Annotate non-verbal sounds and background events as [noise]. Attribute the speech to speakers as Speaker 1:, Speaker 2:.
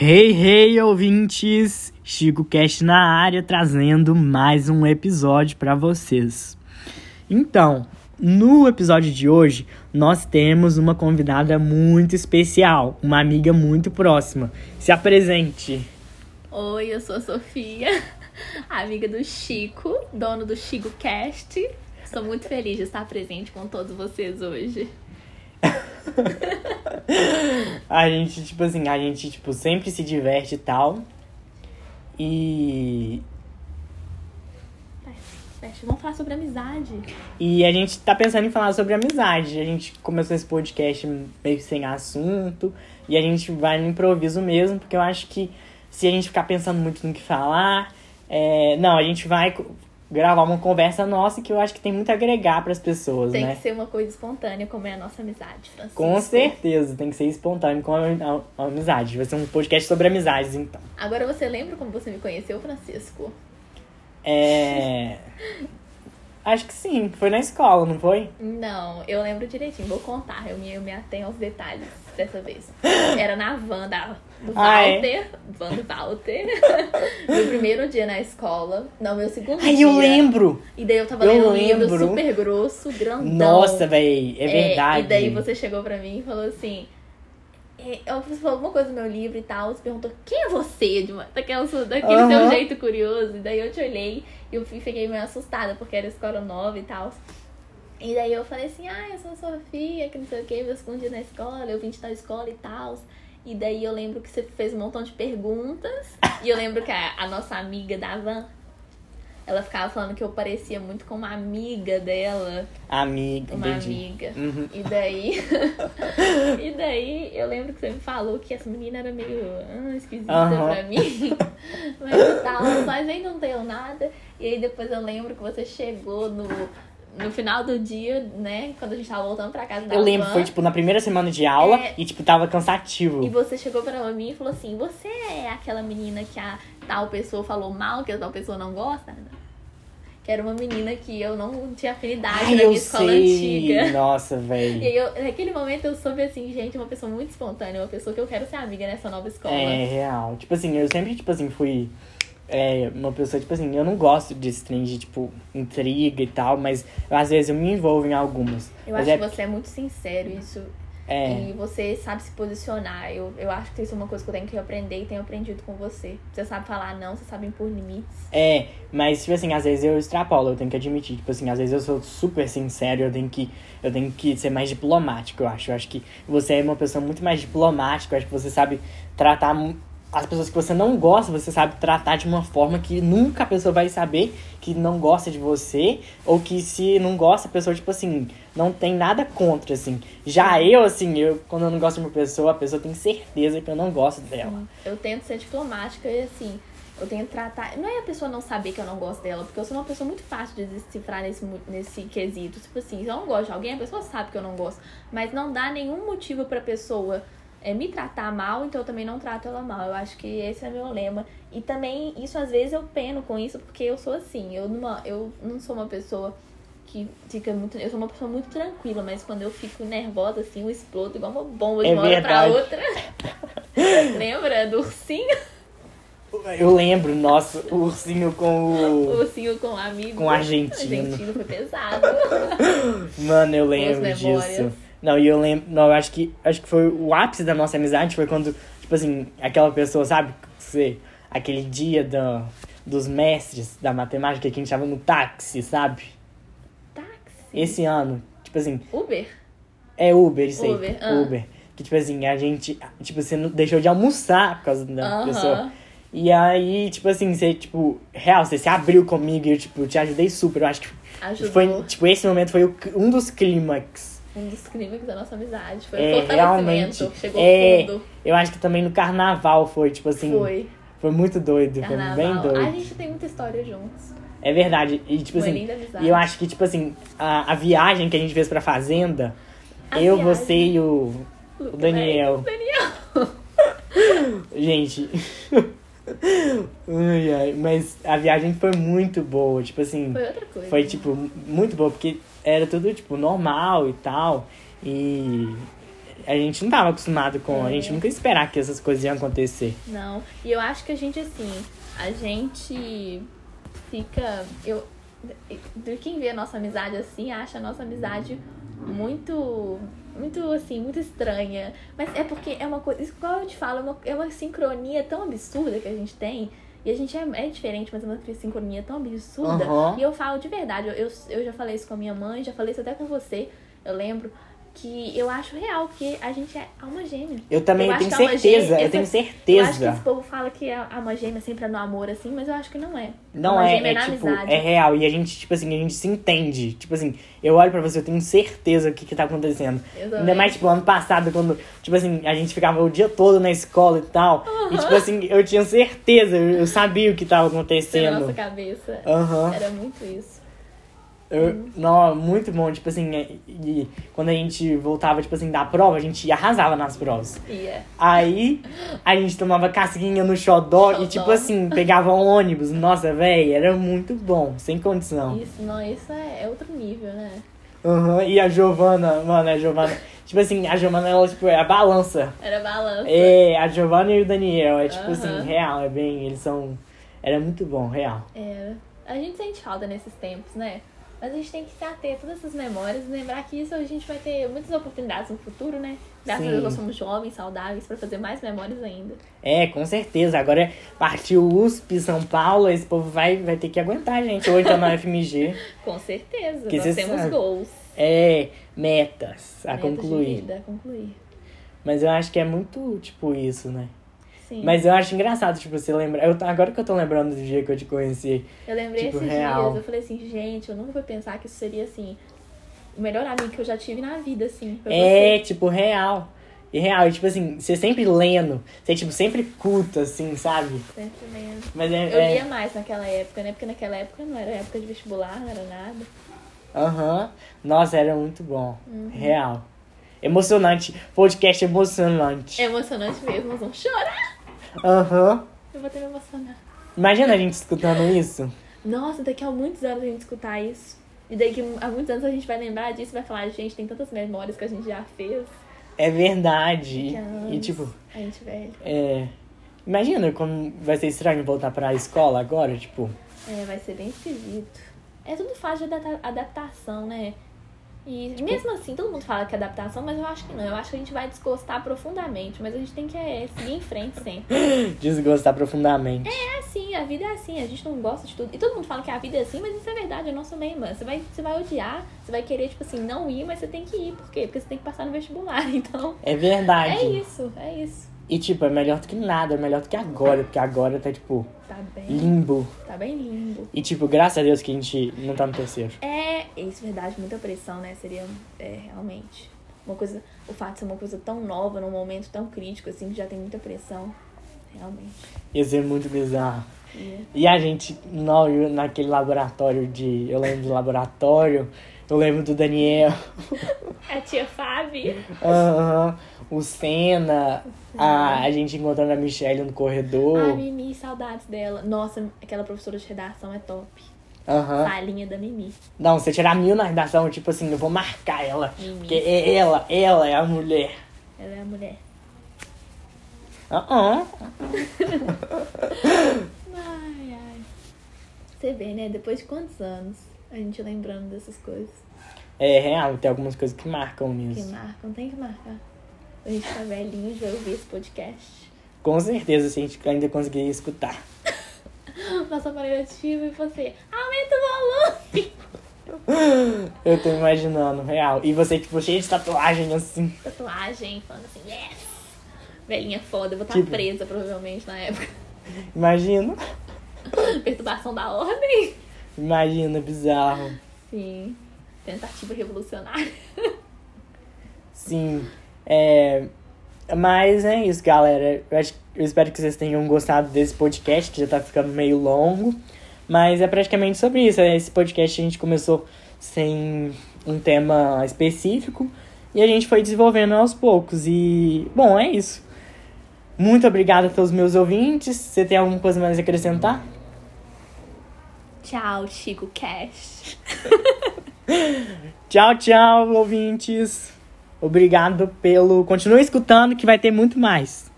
Speaker 1: Hey, hey, ouvintes! Chico Cast na área trazendo mais um episódio para vocês. Então, no episódio de hoje, nós temos uma convidada muito especial, uma amiga muito próxima. Se apresente.
Speaker 2: Oi, eu sou a Sofia, [laughs] amiga do Chico, dono do Chico Cast. Estou muito feliz de estar presente com todos vocês hoje.
Speaker 1: A gente, tipo assim, a gente, tipo, sempre se diverte e tal. E.
Speaker 2: Fecha, Vamos falar sobre amizade.
Speaker 1: E a gente tá pensando em falar sobre amizade. A gente começou esse podcast meio que sem assunto. E a gente vai no improviso mesmo, porque eu acho que se a gente ficar pensando muito no que falar. é, Não, a gente vai co- gravar uma conversa nossa que eu acho que tem muito a agregar pras pessoas,
Speaker 2: Tem
Speaker 1: né?
Speaker 2: que ser uma coisa espontânea, como é a nossa amizade, Francisco.
Speaker 1: Com certeza, tem que ser espontâneo com a, a- a amizade. Vai ser um podcast sobre amizades, então.
Speaker 2: Agora você lembra como você me conheceu, Francisco? [laughs]
Speaker 1: É. Acho que sim, foi na escola, não foi?
Speaker 2: Não, eu lembro direitinho, vou contar. Eu me, eu me atenho aos detalhes dessa vez. Era na van da, do
Speaker 1: Ah, é?
Speaker 2: Walter. Van do Walter. [laughs] meu primeiro dia na escola. Não, meu segundo
Speaker 1: Ai,
Speaker 2: Um dia.
Speaker 1: eu lembro!
Speaker 2: E daí eu tava
Speaker 1: Eu
Speaker 2: lendo um livro
Speaker 1: lembro.
Speaker 2: super grosso, grandão.
Speaker 1: Nossa, véi, é verdade.
Speaker 2: e daí você chegou pra mim e falou assim. é, Eu você falou alguma coisa do meu livro e tal, você perguntou quem é você, de uma, daquela sua- daquele
Speaker 1: Aham.
Speaker 2: seu jeito curioso. E daí eu te olhei e eu fi- fiquei meio assustada, porque era escola nova e tal. E daí eu falei assim, ah, eu sou a Sofia, que não sei o que, meu segundo dia na escola, eu vim de tal escola e tal. E daí eu lembro que você fez um montão de perguntas. e eu lembro que a, a nossa amiga da van, ela ficava falando que eu parecia muito com uma amiga dela.
Speaker 1: Amiga,
Speaker 2: Uma
Speaker 1: entendi.
Speaker 2: amiga.
Speaker 1: Uhum.
Speaker 2: E daí.
Speaker 1: [laughs]
Speaker 2: e daí eu lembro que você me falou que essa menina era meio ah, esquisita
Speaker 1: Aham.
Speaker 2: pra
Speaker 1: [laughs]
Speaker 2: mim. mas e tal, mas ainda não deu nada. E aí depois eu lembro que você chegou no, no final do dia, né? Quando a gente tava voltando pra casa da
Speaker 1: Eu lembro,
Speaker 2: van,
Speaker 1: foi tipo na primeira semana de aula
Speaker 2: É.
Speaker 1: e tipo tava
Speaker 2: E
Speaker 1: cansativo.
Speaker 2: você chegou pra mim e falou assim: Você é aquela menina que a tal pessoa falou mal, que a tal pessoa não gosta? Que era uma menina que eu não tinha afinidade na
Speaker 1: Ai,
Speaker 2: minha
Speaker 1: eu
Speaker 2: escola
Speaker 1: sei.
Speaker 2: antiga. [laughs]
Speaker 1: Nossa,
Speaker 2: E
Speaker 1: véi.
Speaker 2: aí, eu, naquele momento eu soube assim, gente, uma pessoa muito espontânea, uma pessoa que eu quero ser amiga nessa nova escola.
Speaker 1: É real. Tipo assim, eu sempre, tipo assim, fui é, uma pessoa, tipo assim, eu não gosto de trem de, tipo, intriga e tal, mas às vezes eu me envolvo em algumas.
Speaker 2: Eu
Speaker 1: mas
Speaker 2: acho
Speaker 1: é-
Speaker 2: que você é muito sincero isso.
Speaker 1: É.
Speaker 2: E você sabe se posicionar. Eu, eu acho que isso é uma coisa que eu tenho que aprender e tenho aprendido com você. Você sabe falar não, você sabe impor limites.
Speaker 1: É, mas tipo assim, às vezes eu extrapolo, eu tenho que admitir, tipo assim, às vezes eu sou super sincero, eu tenho que eu tenho que ser mais diplomático, eu acho. Eu acho que você é uma pessoa muito mais diplomática, eu acho que você sabe tratar mu- as pessoas que você não gosta, você sabe tratar de uma forma que nunca a pessoa vai saber que não gosta de você, ou que se não gosta, a pessoa, tipo assim, não tem nada contra, assim. Já eu, assim, eu, quando eu não gosto de uma pessoa, a pessoa tem certeza que eu não gosto dela.
Speaker 2: Eu tento ser diplomática e assim, eu tento tratar. Não é a pessoa não saber que eu não gosto dela, porque eu sou uma pessoa muito fácil de decifrar nesse, mu- nesse quesito. Tipo assim, se eu não gosto de alguém, a pessoa sabe que eu não gosto. Mas não dá nenhum motivo pra pessoa é, me tratar mal, então eu também não trato ela mal. Eu acho que esse é meu lema. E também, isso às vezes eu peno com isso, porque eu sou assim. Eu, numa, eu não sou uma pessoa. Que fica muito. Eu sou uma pessoa muito tranquila, mas quando eu fico nervosa, assim, eu explodo igual uma bomba de
Speaker 1: É
Speaker 2: uma hora pra
Speaker 1: verdade.
Speaker 2: outra. [laughs] Lembra do ursinho?
Speaker 1: Eu lembro, nossa, o ursinho com
Speaker 2: O ursinho com o amigo.
Speaker 1: Com o argentino.
Speaker 2: Argentino
Speaker 1: [laughs]
Speaker 2: foi pesado.
Speaker 1: Mano, eu lembro
Speaker 2: Boas
Speaker 1: disso.
Speaker 2: memórias.
Speaker 1: Não, e eu lembro. Não, eu acho que acho que foi o ápice da nossa amizade foi quando, tipo assim, aquela pessoa, sabe? que Você, aquele dia da, dos mestres da matemática que a gente tava no táxi, sabe?
Speaker 2: Táxi.
Speaker 1: Esse ano. Tipo assim,
Speaker 2: Uber.
Speaker 1: é Uber, isso aí.
Speaker 2: Uber, ah.
Speaker 1: Uber. Que, tipo assim, a gente. Tipo, você não deixou de almoçar por causa da
Speaker 2: Aham.
Speaker 1: pessoa. E aí, tipo assim, você, tipo, real, você se abriu comigo e eu, tipo, te ajudei super. Eu acho que
Speaker 2: Ajudou.
Speaker 1: foi, tipo, esse momento foi o cl- um dos clímax.
Speaker 2: Um dos crimes da nossa amizade.
Speaker 1: É,
Speaker 2: Foi o fortalecimento.
Speaker 1: realmente.
Speaker 2: Chegou
Speaker 1: É,
Speaker 2: fundo.
Speaker 1: Eu acho que também no carnaval foi, tipo assim. Foi,
Speaker 2: Foi.
Speaker 1: muito doido,
Speaker 2: Carnaval.
Speaker 1: foi bem doido.
Speaker 2: A gente tem muita história juntos.
Speaker 1: É verdade. E tipo
Speaker 2: Uma
Speaker 1: assim,
Speaker 2: linda amizade.
Speaker 1: e eu acho que, tipo assim, a, a viagem que a gente fez pra fazenda,
Speaker 2: A
Speaker 1: eu,
Speaker 2: viagem.
Speaker 1: você e o, o
Speaker 2: Luca,
Speaker 1: Daniel.
Speaker 2: né?
Speaker 1: Gente. [laughs] ai, ai, mas a viagem foi muito boa, tipo assim.
Speaker 2: Foi outra coisa.
Speaker 1: Foi, tipo, muito boa, porque era tudo, tipo, normal e tal. E a gente não tava acostumado com, a
Speaker 2: É.
Speaker 1: gente nunca ia esperar que essas coisas iam acontecer.
Speaker 2: Não. E eu acho que a gente, assim, a gente fica. Eu, de quem vê a nossa amizade assim, acha a nossa amizade muito. Muito assim, muito estranha. Mas é porque é uma coisa. Igual eu te falo, é uma, é uma sincronia tão absurda que a gente tem. E a gente é, é diferente, mas é uma sincronia tão absurda.
Speaker 1: Aham.
Speaker 2: E eu falo de verdade, eu, eu, eu já falei isso com a minha mãe, já falei isso até com você, eu lembro. Que eu acho real, porque a gente é alma gêmea.
Speaker 1: Eu também
Speaker 2: Eu acho
Speaker 1: tenho
Speaker 2: que é uma
Speaker 1: certeza,
Speaker 2: gê-
Speaker 1: eu tenho
Speaker 2: essa- Eu acho que é
Speaker 1: certeza.
Speaker 2: esse povo fala que a alma gêmea sempre é no amor, assim, mas eu acho que não é.
Speaker 1: Não
Speaker 2: alma
Speaker 1: é,
Speaker 2: gêmea
Speaker 1: é
Speaker 2: na
Speaker 1: tipo,
Speaker 2: amizade.
Speaker 1: é real. E a gente, tipo assim, a gente se entende. Tipo assim, eu olho pra você, eu tenho certeza do que, que tá acontecendo.
Speaker 2: Exatamente.
Speaker 1: Ainda mais, tipo, ano passado, quando, tipo assim, a gente ficava o dia todo na escola e tal. E, tipo assim, eu tinha certeza, eu, eu sabia o que tava
Speaker 2: na nossa É.
Speaker 1: acontecendo.
Speaker 2: cabeça.
Speaker 1: Aham.
Speaker 2: Era muito isso.
Speaker 1: Eu- Não, muito bom, tipo assim, e, e quando a gente voltava, tipo assim, da prova, a gente arrasava nas provas.
Speaker 2: E é.
Speaker 1: Aí a gente tomava casquinha no xodó,
Speaker 2: Xodó.
Speaker 1: e tipo assim, pegava um ônibus. Nossa, véi, era muito bom, sem condição.
Speaker 2: Isso, não, isso é, é outro nível, né?
Speaker 1: Aham, E a Giovana, mano, a Giovana. tipo assim, a Giovana, ela tipo, é a balança.
Speaker 2: Era balança.
Speaker 1: É, a Giovana e o Daniel, é tipo
Speaker 2: Aham.
Speaker 1: assim, real, é bem, eles são. Era muito bom, real.
Speaker 2: Era. É, A gente sente falta nesses tempos, né? Mas a gente tem que se ater a todas essas memórias e lembrar que isso a gente vai ter muitas oportunidades no futuro, né? Graças a
Speaker 1: Sim.
Speaker 2: Deus nós somos jovens, saudáveis, pra fazer mais memórias ainda.
Speaker 1: É, com certeza. Agora é partiu USP, São Paulo, esse povo vai, vai ter que aguentar, gente. Ou
Speaker 2: [laughs]
Speaker 1: então na FMG.
Speaker 2: Com certeza.
Speaker 1: Que
Speaker 2: nós
Speaker 1: cê
Speaker 2: temos
Speaker 1: sabe.
Speaker 2: gols.
Speaker 1: É, metas a
Speaker 2: metas de
Speaker 1: concluir.
Speaker 2: vida, a concluir.
Speaker 1: Mas eu acho que é muito, tipo, isso, né?
Speaker 2: Sim.
Speaker 1: Mas eu acho engraçado, tipo, você lembrar. Eu, tô- agora que eu tô lembrando do dia que eu te conheci.
Speaker 2: Eu lembrei
Speaker 1: Tipo,
Speaker 2: esses
Speaker 1: real.
Speaker 2: dias, eu falei assim, gente, eu nunca vou pensar que isso seria assim, o melhor amigo que eu já tive na vida, assim. Foi
Speaker 1: É, tipo, real. E real, e, tipo assim, você sempre lendo. Você, tipo, sempre culta, assim, sabe?
Speaker 2: você, sempre lembro.
Speaker 1: Mas é.
Speaker 2: Eu
Speaker 1: é-
Speaker 2: lia mais naquela época, né? Porque naquela época não era época de vestibular, não era nada.
Speaker 1: Aham. Nossa, era muito bom.
Speaker 2: Uhum.
Speaker 1: Real. Emocionante. Podcast
Speaker 2: É
Speaker 1: emocionante.
Speaker 2: emocionante mesmo, nós vamos chorar.
Speaker 1: Aham.
Speaker 2: Eu vou até me emocionar.
Speaker 1: Imagina a gente escutando isso.
Speaker 2: Nossa, daqui a muitos anos a gente escutar isso. E daí que há muitos anos a gente vai lembrar disso e vai falar, gente, tem tantas memórias que a gente já fez.
Speaker 1: É verdade.
Speaker 2: Que anos
Speaker 1: E, e, tipo,
Speaker 2: A gente velho.
Speaker 1: é. Imagina como vai ser estranho voltar pra escola agora, tipo.
Speaker 2: É, vai ser bem esquisito. É tudo fase de adapta- adaptação, né? E mesmo assim, todo mundo fala que é adaptação, mas eu acho que não. Eu acho que a gente vai desgostar profundamente, mas a gente tem que é, seguir em frente sempre.
Speaker 1: Desgostar profundamente.
Speaker 2: É assim, a vida é assim, a gente não gosta de tudo. E todo mundo fala que a vida é assim, mas isso é verdade, eu não sou mesmo. Você vai, você vai odiar, você vai querer, tipo assim, não ir, mas você tem que ir. Por quê? Porque você tem que passar no vestibular, [laughs] então.
Speaker 1: É verdade.
Speaker 2: É isso, é isso.
Speaker 1: E tipo, é melhor do que nada, é melhor do que agora, porque agora tá, tipo,
Speaker 2: Tá bem,
Speaker 1: limbo.
Speaker 2: tá bem lindo.
Speaker 1: E tipo, graças a Deus que a gente não tá no terceiro.
Speaker 2: É, isso é verdade, muita pressão, né? Seria é, realmente uma coisa. O fato de ser uma coisa tão nova, num momento tão crítico, assim, que já tem muita pressão. Realmente.
Speaker 1: Ia ser muito bizarro.
Speaker 2: E
Speaker 1: E a gente, não, eu- naquele laboratório de. Eu lembro do laboratório, eu lembro do Daniel. [laughs]
Speaker 2: A tia Fábio.
Speaker 1: Aham. O Senna, a, a gente encontrando a Michelle no
Speaker 2: A
Speaker 1: corredor.
Speaker 2: Mimi, saudades dela. Nossa, aquela professora de redação é top.
Speaker 1: Aham.
Speaker 2: Salinha da Mimi.
Speaker 1: Não, você tirar mil na redação, tipo assim, eu vou marcar ela.
Speaker 2: Mimi.
Speaker 1: Porque é ela, ela é a mulher.
Speaker 2: Ela é a mulher.
Speaker 1: Aham.
Speaker 2: Ai, ai. Você vê, né? Depois de quantos anos a gente lembrando dessas coisas
Speaker 1: É real, tem algumas coisas que marcam
Speaker 2: que
Speaker 1: mesmo.
Speaker 2: marcam, tem que marcar. A gente tá velhinho, a gente vai ouvir esse podcast.
Speaker 1: Com certeza, se a gente ainda conseguir escutar. [gasps]
Speaker 2: Nossa aparelho ativa e você aumenta o volume.
Speaker 1: Eu tô imaginando, real. E você, tipo, cheio de tatuagem, assim.
Speaker 2: Tatuagem, falando assim, yes! Velhinha foda, eu vou estar
Speaker 1: Tipo-
Speaker 2: presa provavelmente na época. [laughs]
Speaker 1: Imagina.
Speaker 2: Perturbação da ordem.
Speaker 1: Imagina, bizarro.
Speaker 2: Sim. Tentativa revolucionária. [laughs]
Speaker 1: Sim. É... Mas é isso, galera. Eu, acho- eu espero que vocês tenham gostado desse podcast, que já tá ficando meio longo. Mas é praticamente sobre isso. É, Esse podcast a gente começou sem um tema específico e a gente foi desenvolvendo aos poucos. E, bom, é isso. Muito obrigado pelos meus ouvintes. Você tem alguma coisa mais a acrescentar?
Speaker 2: Tchau, Chico Cash.
Speaker 1: Tchau, tchau, ouvintes! Obrigado pelo. Continue escutando que vai ter muito mais.